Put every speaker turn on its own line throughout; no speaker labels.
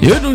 有一种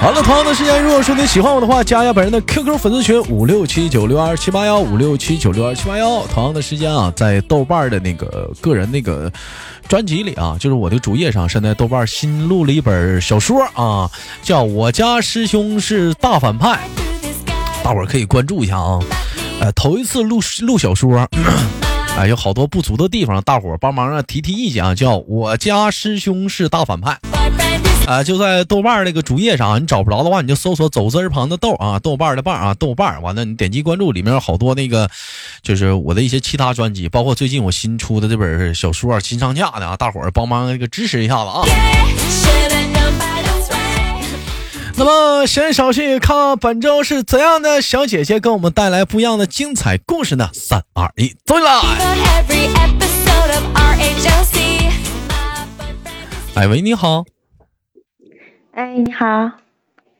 好了，同样的时间，如果说你喜欢我的话，加一下本人的 QQ 粉丝群五六七九六二七八幺五六七九六二七八幺。同样的时间啊，在豆瓣的那个个人那个专辑里啊，就是我的主页上，现在豆瓣新录了一本小说啊，叫《我家师兄是大反派》，大伙儿可以关注一下啊。呃，头一次录录小说，啊、有好多不足的地方，大伙儿帮忙啊提提意见啊，叫《我家师兄是大反派》。 啊、就在豆瓣儿那个主页上啊，你找不着的话，你就搜索“走字儿旁的豆”啊，豆瓣儿的瓣儿啊，豆瓣儿。完了，你点击关注，里面有好多那个，就是我的一些其他专辑，包括最近我新出的这本小说啊，新上架的啊，大伙儿帮忙那个支持一下子啊。那么，闲言少叙，看本周是怎样的小姐姐给我们带来不一样的精彩故事呢？三二一，走起来！哎喂，你好，
哎，你好，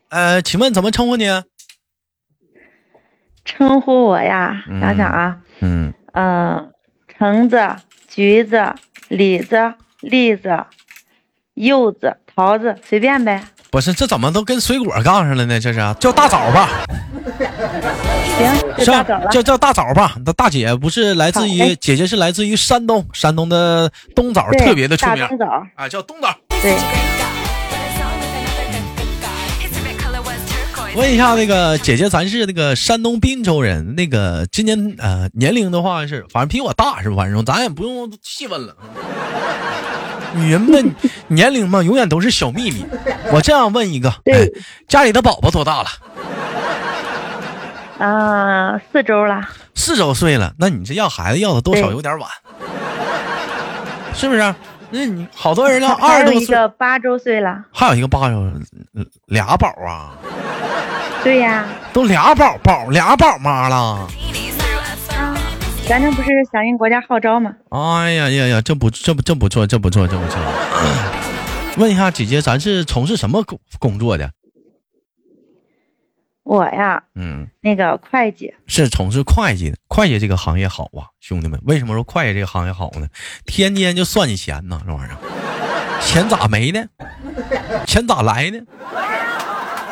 呃，请问怎么称呼你？
称呼我呀？想想啊，
嗯，
嗯，橙子、橘子、李子、栗子、柚子、桃子，随便呗。
不是，这怎么都跟水果杠上了呢？这是叫大枣吧？
行，就
叫
到这儿了。
叫叫大枣吧。那大姐不是来自
好
于
哎
姐姐是来自于山东，山东的冬枣
对
特别的出
大
名
冬枣，
啊，叫冬枣。
对，
问一下那个姐姐，咱是那个山东滨州人，那个今年呃年龄的话是，反正比我大是吧？反正咱也不用细问了。女人 们年龄嘛，永远都是小秘密。我这样问一个，
对
哎家里的宝宝多大了？
啊、四周了，
四周岁了，那你这要孩子要的多少
对
有点晚，是不是？那你好多 人呢，
还
二十
有
多
一
岁，
个八周岁了。
还有一个八周，嗯俩宝啊，
对呀、
都俩宝宝俩宝妈了。
咱这不是响应国家号召吗？
哎呀呀呀，这不这不这不错，这不错，这不错。嗯问一下姐姐，咱是从事什么工工作的？
我呀，
嗯，
那个会计，
是从事会计的。会计这个行业好啊，兄弟们，为什么说会计这个行业好呢？天天就算计钱呐，这玩意儿，钱咋没呢？钱咋来呢？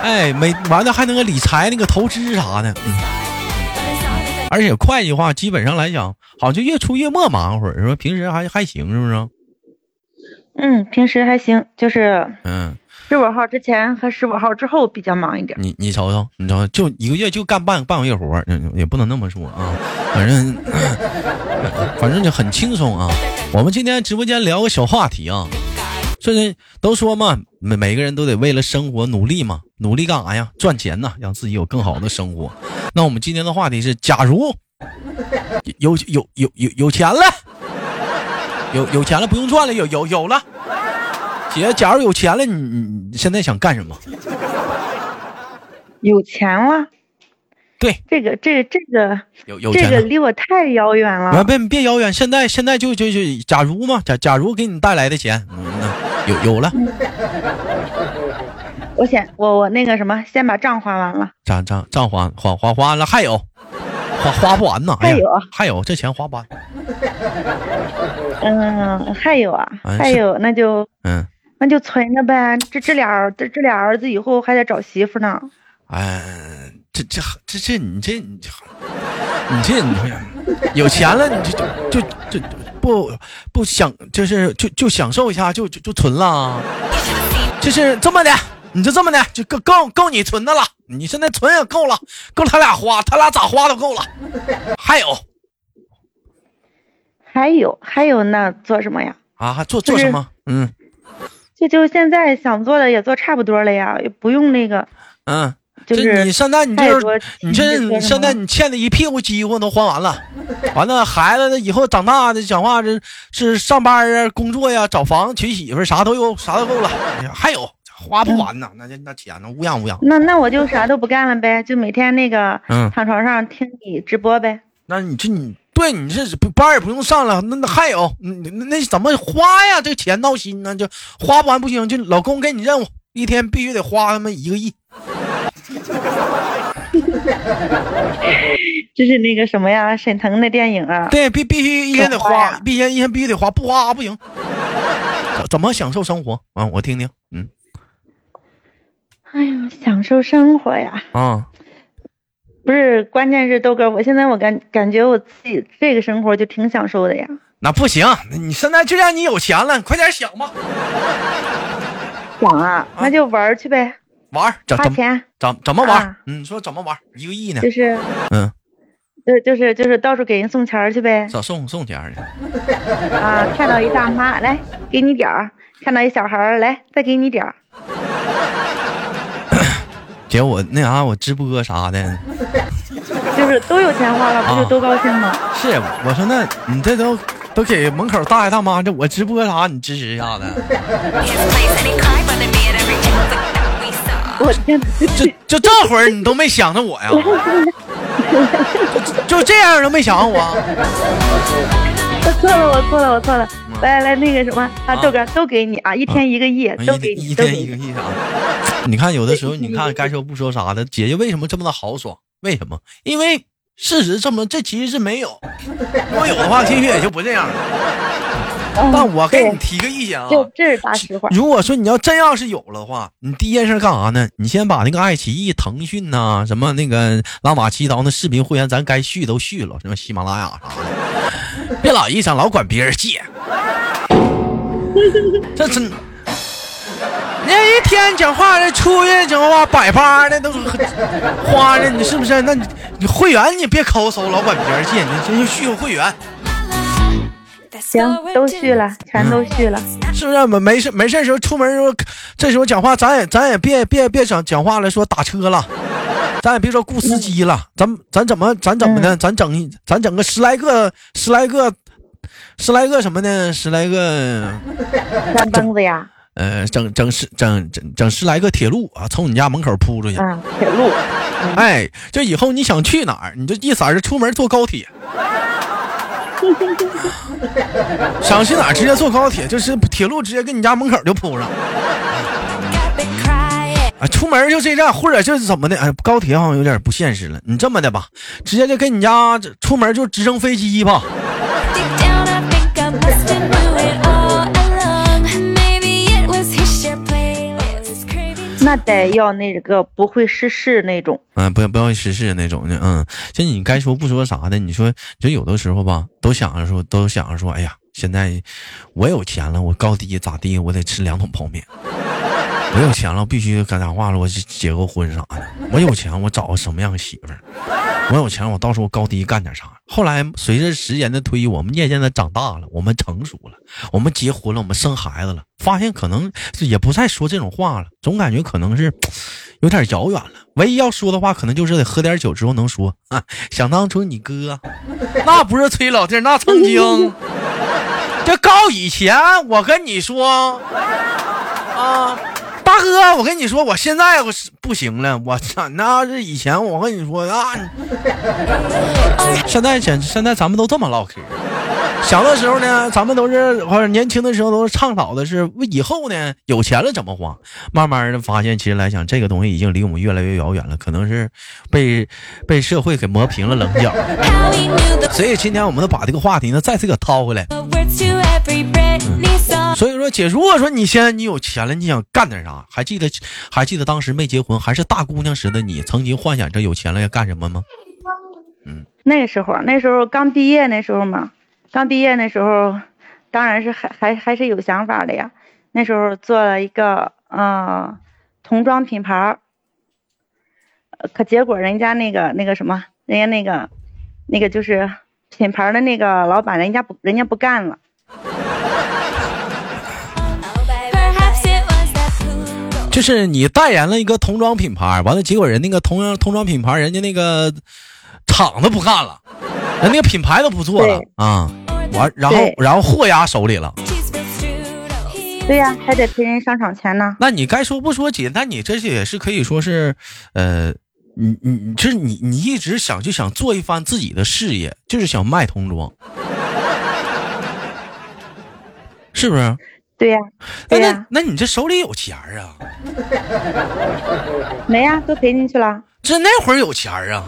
哎，每完了还能个理财、那个投资啥的，嗯。而且会计的话，基本上来讲，好像就越出越没忙活儿，说平时还还行，是不是？
嗯，平时还行，就是
嗯。
十五号之前和十五号之后比较忙一点。
你你瞅瞅，你瞅瞅，就一个月就干半半个月活儿，嗯也不能那么说啊，反正 反正就很轻松啊。我们今天直播间聊个小话题啊，最近都说嘛，每每个人都得为了生活努力嘛，努力干啥哎呀？赚钱呐，让自己有更好的生活。那我们今天的话题是，假如有有有有有钱了，有有钱了不用赚了，有有有了，姐，假如有钱了，你你你现在想干什么？
有钱了，
对，
这个这个这个
有有
这
钱了
个。离我太遥远
啊，
了。
别别遥远，现在现在就就就，假如嘛，假假如给你带来的钱，嗯，那有有了，
嗯我先我我那个什么，先把账还完了。
账账账还还还还了，还有，花花不完呢，哎呀
还有啊
还有这钱花不完，
嗯，还有啊，
哎
还
是
有那就
嗯，
那就存着呗。这这俩儿这这俩儿子以后还得找媳妇呢。
哎，这这这这你这你这你这你有钱了，你就就就就不不享，就是就就享受一下，就就就存了，啊就是这么的。你就这么的，就够够够你存的了。你现在存也够了，够他俩花，他俩咋花都够了。还有，
还有还有那做什么呀？
啊，还做
就
做什
是
么？嗯
就就现在想做的也做差不多了呀，也不用那个
嗯，
就
这
是
你现在你
太
这
多
你
钱
这
就
你
做什
现在
么
你欠的一屁股饥荒都还完了，完了孩子以后长大的讲话这是上班啊、工作呀、找房、娶媳妇儿啥都有，啥都够了，哎还有花不完呢，那那那钱呢乌泱乌泱。
那那我就啥都不干了呗，就每天那个
嗯
躺床上听你直播呗。
那你这你对你这是不班儿也不用上了，那那还有，嗯那那怎么花呀？这个钱闹心呢，就花不完不行，就老公给你任务，一天必须得花他妈一个亿。
这是那个什么呀，沈腾的电影啊，
对，必必须一天得
花
花
呀，
必须一天必须得花，不花不行。 怎怎么享受生活啊？我听听，嗯
哎呀，享受生活呀！
啊，
不是，关键是豆哥，我现在我感感觉我自己这个生活就挺享受的呀。
那不行，你现在就让你有钱了，快点想吧，
想啊，那就玩儿去呗，
玩儿怎
花
怎么
钱
怎怎么玩儿
啊？
嗯你说怎么玩儿？一个亿呢？
就是，
嗯，
就就是就是到处给人送钱儿去呗。
咋送送钱儿去？
啊，看到一大妈来给你点儿，看到一小孩儿来再给你点儿。
姐，我那啥，我直播啥的。
就是都有钱花了，不
啊
就都高兴吗？
是，我说那你这都都给门口大爷大妈，这我直播啥你支持一下子？
我天，
就就这会儿你都没想着我呀？就就这样都没想着我？啊
我错了，我错了，我错了
嗯！
来来，那个什么
啊
啊，豆哥都给你啊，一天一个亿，都
哎一
给
天
你，
一
都给
天一个
你。
亿啥？ 你看有的时候，你看该说不说啥的，姐姐为什么这么的豪爽？为什么？因为事实证明这其实是没有，如果有的话，兴许也就不这样了。
嗯
但我给你
对
提个意见啊，
就这是大实话。
如果说你要真要是有了的话，你第一件事干啥呢？你先把那个爱奇艺、腾讯呐、什么那个拉玛七刀那视频会员，咱该续都续了，什么喜马拉雅啥的，别老一上老管别人借，这真。人一天讲话，这出去讲话百八的都花的，你是不是？那你你会员你别抠搜，老管别人借，你这就续个会员。
行，都续了，全都续了。
是不是？没没事没事的时候出门的时候，这时候讲话，咱也咱也别别别讲讲话了，说打车了，咱也别说雇司机了，咱咱怎么咱怎么呢？咱整一咱整个十来个十来个十来个什么呢？十来个
三蹦子呀，
呃，整整十整整整十来个铁路啊，从你家门口铺出去。
啊，铁路，
哎，就以后你想去哪儿，你就一色儿就出门坐高铁。想去哪儿直接坐高铁，就是铁路直接跟你家门口就铺上。啊，出门就这站，或者就是怎么的？哎，高铁好像有点不现实了。你这么的吧，直接就跟你家这出门就直升飞机吧。
那得要那个不会世事那种。
嗯，不要不要时事那种的。嗯，就你该说不说啥的，你说就有的时候吧，都想着说，都想着说，哎呀，现在我有钱了，我高低咋地，我得吃两桶泡面。我有钱了，必须干讲话了，我就结个婚啥的。我有钱，我找个什么样的媳妇儿？我有钱，我到时候高低干点啥？后来随着时间的推移，我们渐渐的长大了，我们成熟了，我们结婚了，我们生孩子了，发现可能是也不再说这种话了，总感觉可能是有点遥远了。唯一要说的话，可能就是得喝点酒之后能说 啊，想当初你哥，啊那不是吹老弟儿，那曾经，这高以前我跟你说啊。大哥，我跟你说，我现在我是不行了，我操！那是以前我跟你说啊，你现在现现在咱们都这么唠嗑。小的时候呢，咱们都是或者年轻的时候都是倡导的是为以后呢有钱了怎么花。慢慢的发现，其实来讲这个东西已经离我们越来越遥远了，可能是被被社会给磨平了棱角。所以今天我们都把这个话题呢再次给掏回来。
嗯
所以说，姐，如果说你现在你有钱了，你想干点啥？还记得还记得当时没结婚还是大姑娘时的你，曾经幻想着有钱了要干什么吗？
那个时候，那时候刚毕业那时候嘛，刚毕业那时候，当然是还还还是有想法的呀。那时候做了一个呃童装品牌儿，呃可结果人家那个那个什么，人家那个那个就是品牌儿的那个老板，人家不人家不干了，
就是你代言了一个童装品牌，完了结果人那个童装童装品牌，人家那个厂子不干了，人那个品牌都不做了
对
啊，完然后
对
然后货压手里了。
对呀、还得赔人商场钱呢。
那你该说不说姐，那你这些也是可以说是，呃，你你就是你你一直想就想做一番自己的事业，就是想卖童装，是不是？
对呀、
哎
对呀、
那那你这手里有钱儿啊？
没呀、都赔进去了。
这那会儿有钱儿啊？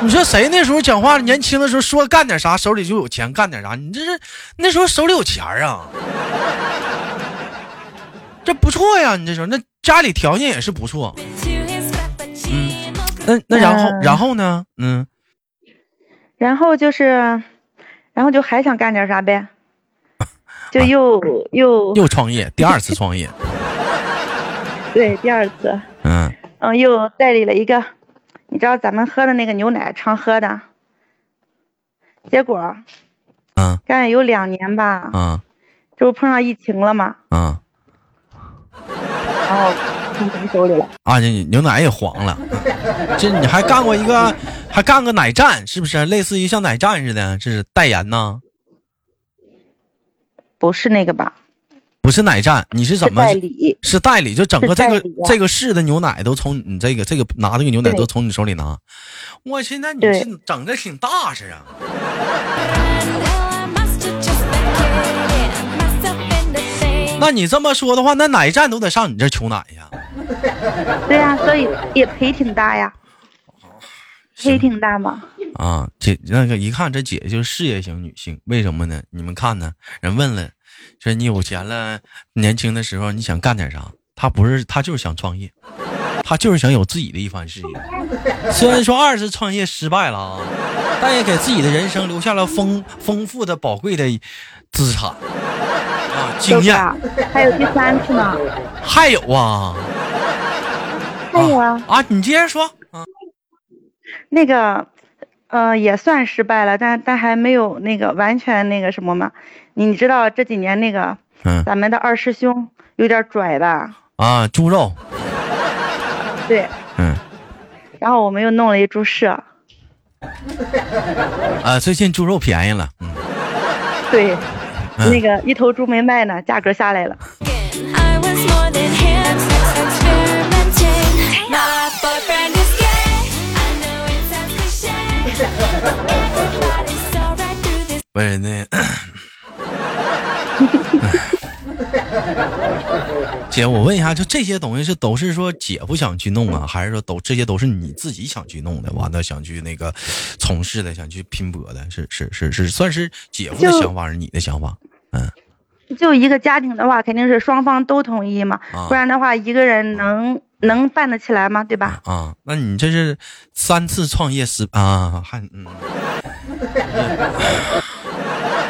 你说谁那时候讲话年轻的时候说干点啥手里就有钱干点啥？你这是那时候手里有钱儿啊？ 这不错呀，你这时候那家里条件也是不错。
嗯，
那那然后、
嗯
然后呢？嗯，
然后就是，然后就还想干点啥呗， 就 又、又
又创业，第二次创业。
对第二次，
嗯
嗯，又代理了一个，你知道咱们喝的那个牛奶常喝的，结果
嗯
干了有两年吧，
嗯
这不碰上疫情了嘛，
嗯，
然后从咱手里了，
啊，这牛奶也黄了。这你还干过一个，还干个奶站，是不是？类似于像奶站似的，这是代言呢？
不是那个吧，
不是奶站，你是
是
怎么
代？理，
是代理，就整个这
是代
个
理啊
这个市的牛奶都从你这个这个拿这个牛奶
对
都从你手里拿。我去，那你
对
这整的挺大是啊。那你这么说的话，那奶站都得上你这儿求奶呀？
对呀、所以也赔挺大呀，哦赔挺大嘛，
啊，这那个一看这姐就是事业型女性，为什么呢？你们看呢？人问了，说你有钱了，年轻的时候你想干点啥？她不是，她就是想创业，她就是想有自己的一番事业。虽然说二次创业失败了啊，但也给自己的人生留下了丰丰富的、宝贵的资产啊，经
对
验。
吧？还有第三 次呢，
还有啊
还有啊。
啊，你接着说。啊
那个，呃，也算失败了，但但还没有那个完全那个什么嘛。你你知道这几年那个
嗯
咱们的二师兄有点拽吧？
啊，猪肉，
对，
嗯
然后我们又弄了一株社，
啊，最近猪肉便宜了，嗯。
对，
嗯
那个一头猪没卖呢，价格下来了。
不是 那，姐，我问一下，就这些东西是都是说姐夫想去弄啊，还是说都这些都是你自己想去弄的？完了想去那个从事的，想去拼搏的，是是是是，算是姐夫的
就
想法，还是你的想法？
就一个家庭的话，肯定是双方都同意嘛，
啊
不然的话一个人能能办得起来吗？对吧？
啊，那你这是三次创业失啊，还嗯，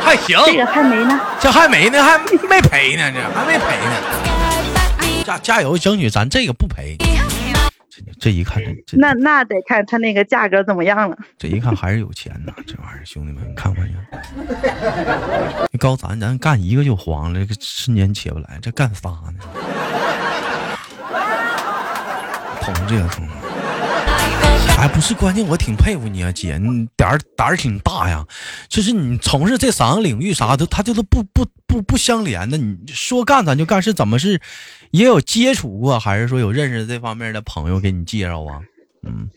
还行，
这个还没呢，
这还没呢，还没赔呢，这还没赔呢，加加油，争取咱这个不赔。这这一看，这
那那得看他那个价格怎么样了。
这一看还是有钱呐，这玩意儿，兄弟们，你看看呀，你高咱咱干一个就黄了，这个瞬间起不来，这干仨呢？捅这个捅那个，哎，不是，关键我挺佩服你啊，姐，你胆儿胆儿挺大呀。就是你从事这三个领域啥的，它就是不不不不相连的。你说干咱就干，是怎么是也有接触过，还是说有认识这方面的朋友给你介绍啊？嗯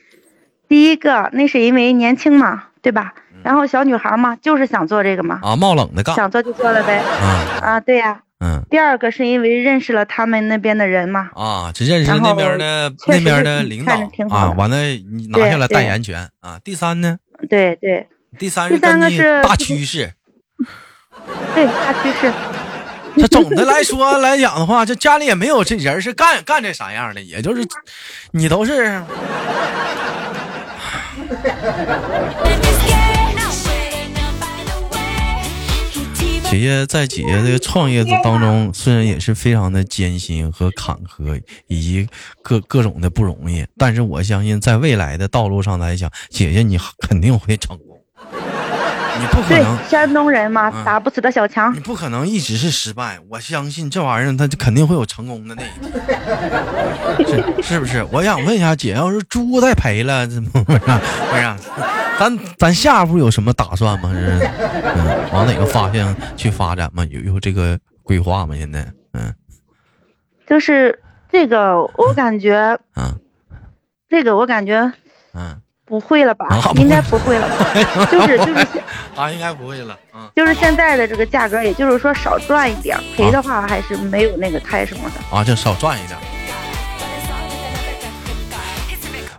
第一个，那是因为年轻嘛，对吧？然后小女孩嘛，就是想做这个嘛，
嗯啊，冒冷的干，
想做就做了呗。
嗯。
啊，对呀、
嗯
第二个是因为认识了他们那边的人嘛，
啊，只认识
然
那
后
边的
确
那
实
边
是
的
挺
领
看着
导
挺好
啊，
的
完了你拿
对
下来代
对
言权啊。第三呢？
对对
第三
第
是跟
三个
你
是
大
就是
趋 势。
对，大趋势，
这总的来说来讲的话，这家里也没有这人是干干这啥样的，也就是你都是姐姐在姐姐这个创业的当中，虽然也是非常的艰辛和坎坷，以及各各种的不容易，但是我相信在未来的道路上来讲，姐姐你肯定会成功，你不可
对
能，
山东人嘛，
嗯
打不死的小强
你，不可能一直是失败，我相信这玩意儿它就肯定会有成功的那一天，是是不是？我想问一下姐，要是猪再赔了，怎么回事？不是啊，咱咱下一步有什么打算吗？是嗯，往哪个方向去发展吗？有有这个规划吗？现在嗯
就是这个，我感觉
啊
这个我感觉
嗯，
不会了吧，
啊
应该不 会了吧，就是就是现
啊，应该不会了，嗯。
就是现在的这个价格，也就是说少赚一点，赔的话还是没有那个太什么的。
啊，就少赚一点。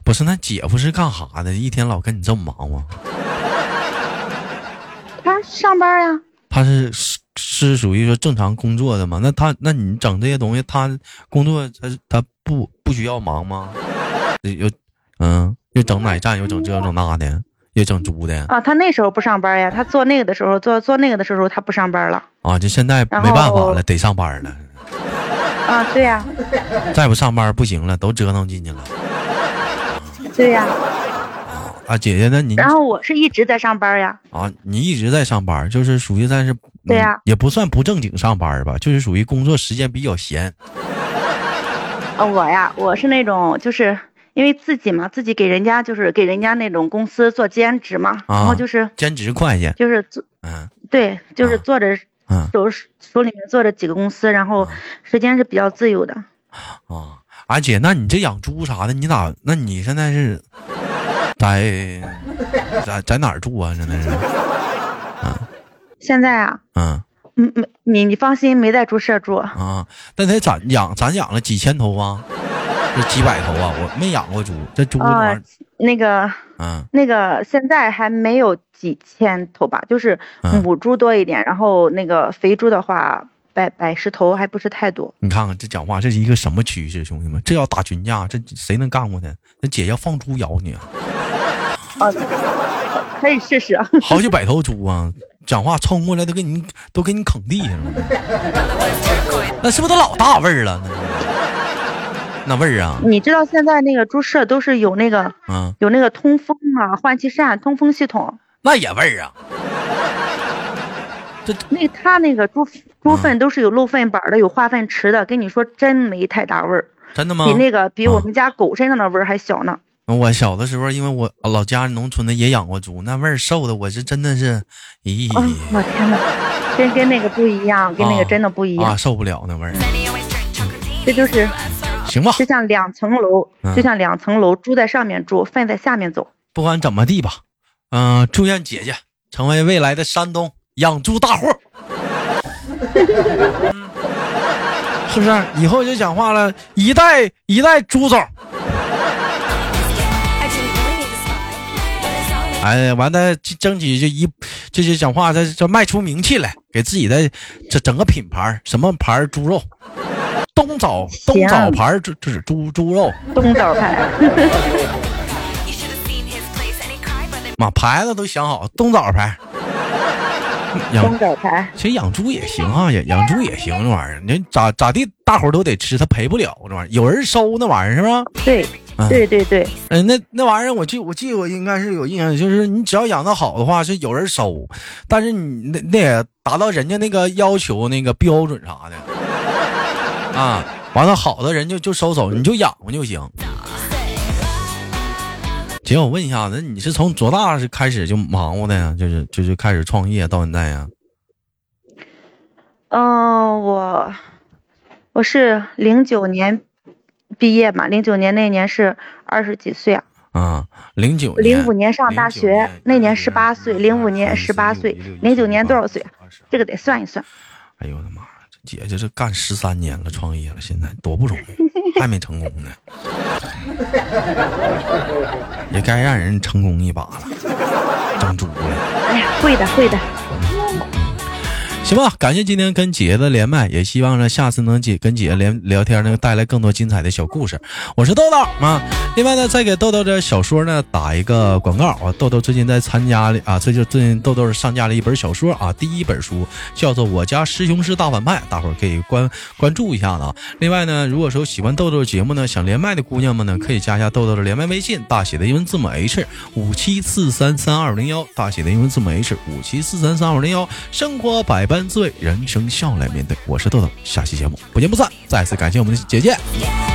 不是，那姐夫是干哈的？一天老跟你这么忙吗？
他上班呀、
他是是是属于说正常工作的吗？那他那你整这些东西，他工作他他不不需要忙吗？又嗯，又整奶站，又整这整那的，又整猪的
啊，他那时候不上班呀，他做那个的时候，做做那个的时候，他不上班了。
啊！就现在没办法了，得上班了，
啊，对呀、
再不上班不行了，都折腾进去了
对呀、
嗯啊！姐姐，那您
然后我是一直在上班呀，
啊，你一直在上班，就是属于算是嗯
对呀
也不算不正经上班吧，就是属于工作时间比较闲
啊，我呀，我是那种就是因为自己嘛，自己给人家就是给人家那种公司做兼职嘛，然
啊
后就是
兼职会计，
就是做
嗯
对，就是
啊
做着
嗯
手手里面做着几个公司，然后时间是比较自由的。
啊，啊姐，那你这养猪啥的，你咋？那你现在是在在在哪儿住啊？现在是，
现在啊，
嗯
嗯，没你你放心，没在猪舍住。
啊，那得咱养咱养了几千头啊，这几百头啊，我没养过猪，这猪这玩意
啊
儿，，
那个
嗯
那个现在还没有几千头吧，就是
嗯
母猪多一点，然后那个肥猪的话，百百十头还不是太多。
你看看这讲话，这是一个什么趋势，兄弟们？这要打群架，这谁能干过呢？那姐要放猪咬你啊！
可以试试啊，
好几百头猪啊，讲话冲过来都给你都给你啃地上了， 那是不是都老大味儿了？那味儿啊，
你知道现在那个猪舍都是有那个
嗯，
有那个通风啊、换气扇、通风系统。
那也味儿啊，
那它那个猪
嗯
猪粪都是有漏粪板的，有化粪池的。跟你说，真没太大味儿，
真的吗
比？那个比
啊
我们家狗身上的味儿还小呢。
我小的时候，因为我老家农村的也养过猪，那味儿受的我是真的是，咦
啊、我天哪，真跟那个不一样，跟那
啊
个真的不一样。
啊，受不了那味儿。
这就是
行吧，
就像两层楼，
嗯
就像两层楼，猪在上面住，粪在下面走。
不管怎么地吧，嗯、祝愿姐姐成为未来的山东养猪大户。嗯 是不是？以后就讲话了，一代一代猪总。哎，完了，争取就一，这就讲话，这这卖出名气来，给自己的这整个品牌，什么牌儿猪肉，东枣东枣牌儿猪猪猪猪肉，
东枣牌，
妈牌子都想好，东枣牌，养
东枣牌，
其实养猪也行啊，养养猪也行，这玩意儿你咋咋地，大伙儿都得吃，它赔不了这玩意儿，有人收那玩意儿是吧？
对
嗯，
对对对，
嗯、那那玩意儿我记我记我应该是有印象，就是你只要养的好的话是有人收，但是你那那也达到人家那个要求那个标准啥的啊，完了好的人就就收走，你就养活就行。姐，我问一下，那你是从多大是开始就忙活的呀？就是就是开始创业到现在呀？
嗯，我我是零九年毕业嘛，零九年那年是二十几岁啊，
啊，零九
零五年上大学，那年十八岁，零五年十八岁，零九年多少岁啊？？这个得算一算。
哎呦我的妈！这姐姐这干十三年了，创业了，现在多不容易，还没成功呢，也该让人成功一把了，整猪了，
哎呀，会的会的，
行吧？感谢今天跟姐姐的连麦，也希望呢下次能姐跟姐姐连聊天呢，带来更多精彩的小故事。我是豆豆啊，另外呢，再给豆豆这小说呢打一个广告啊。豆豆最近在参加了啊，最近最近豆豆上架了一本小说啊，第一本书叫做《我家师兄是大反派》，大伙儿可以关关注一下子啊。另外呢，如果说喜欢豆豆的节目呢，想连麦的姑娘们呢，可以加一下豆豆的连麦微信，大写的英文字母 H 五七四三三二零幺，大写的英文字母 H 五七四三三二零幺。生活百般滋味，人生笑来面对。我是豆豆，下期节目不见不散。再次感谢我们的姐姐。
Yeah.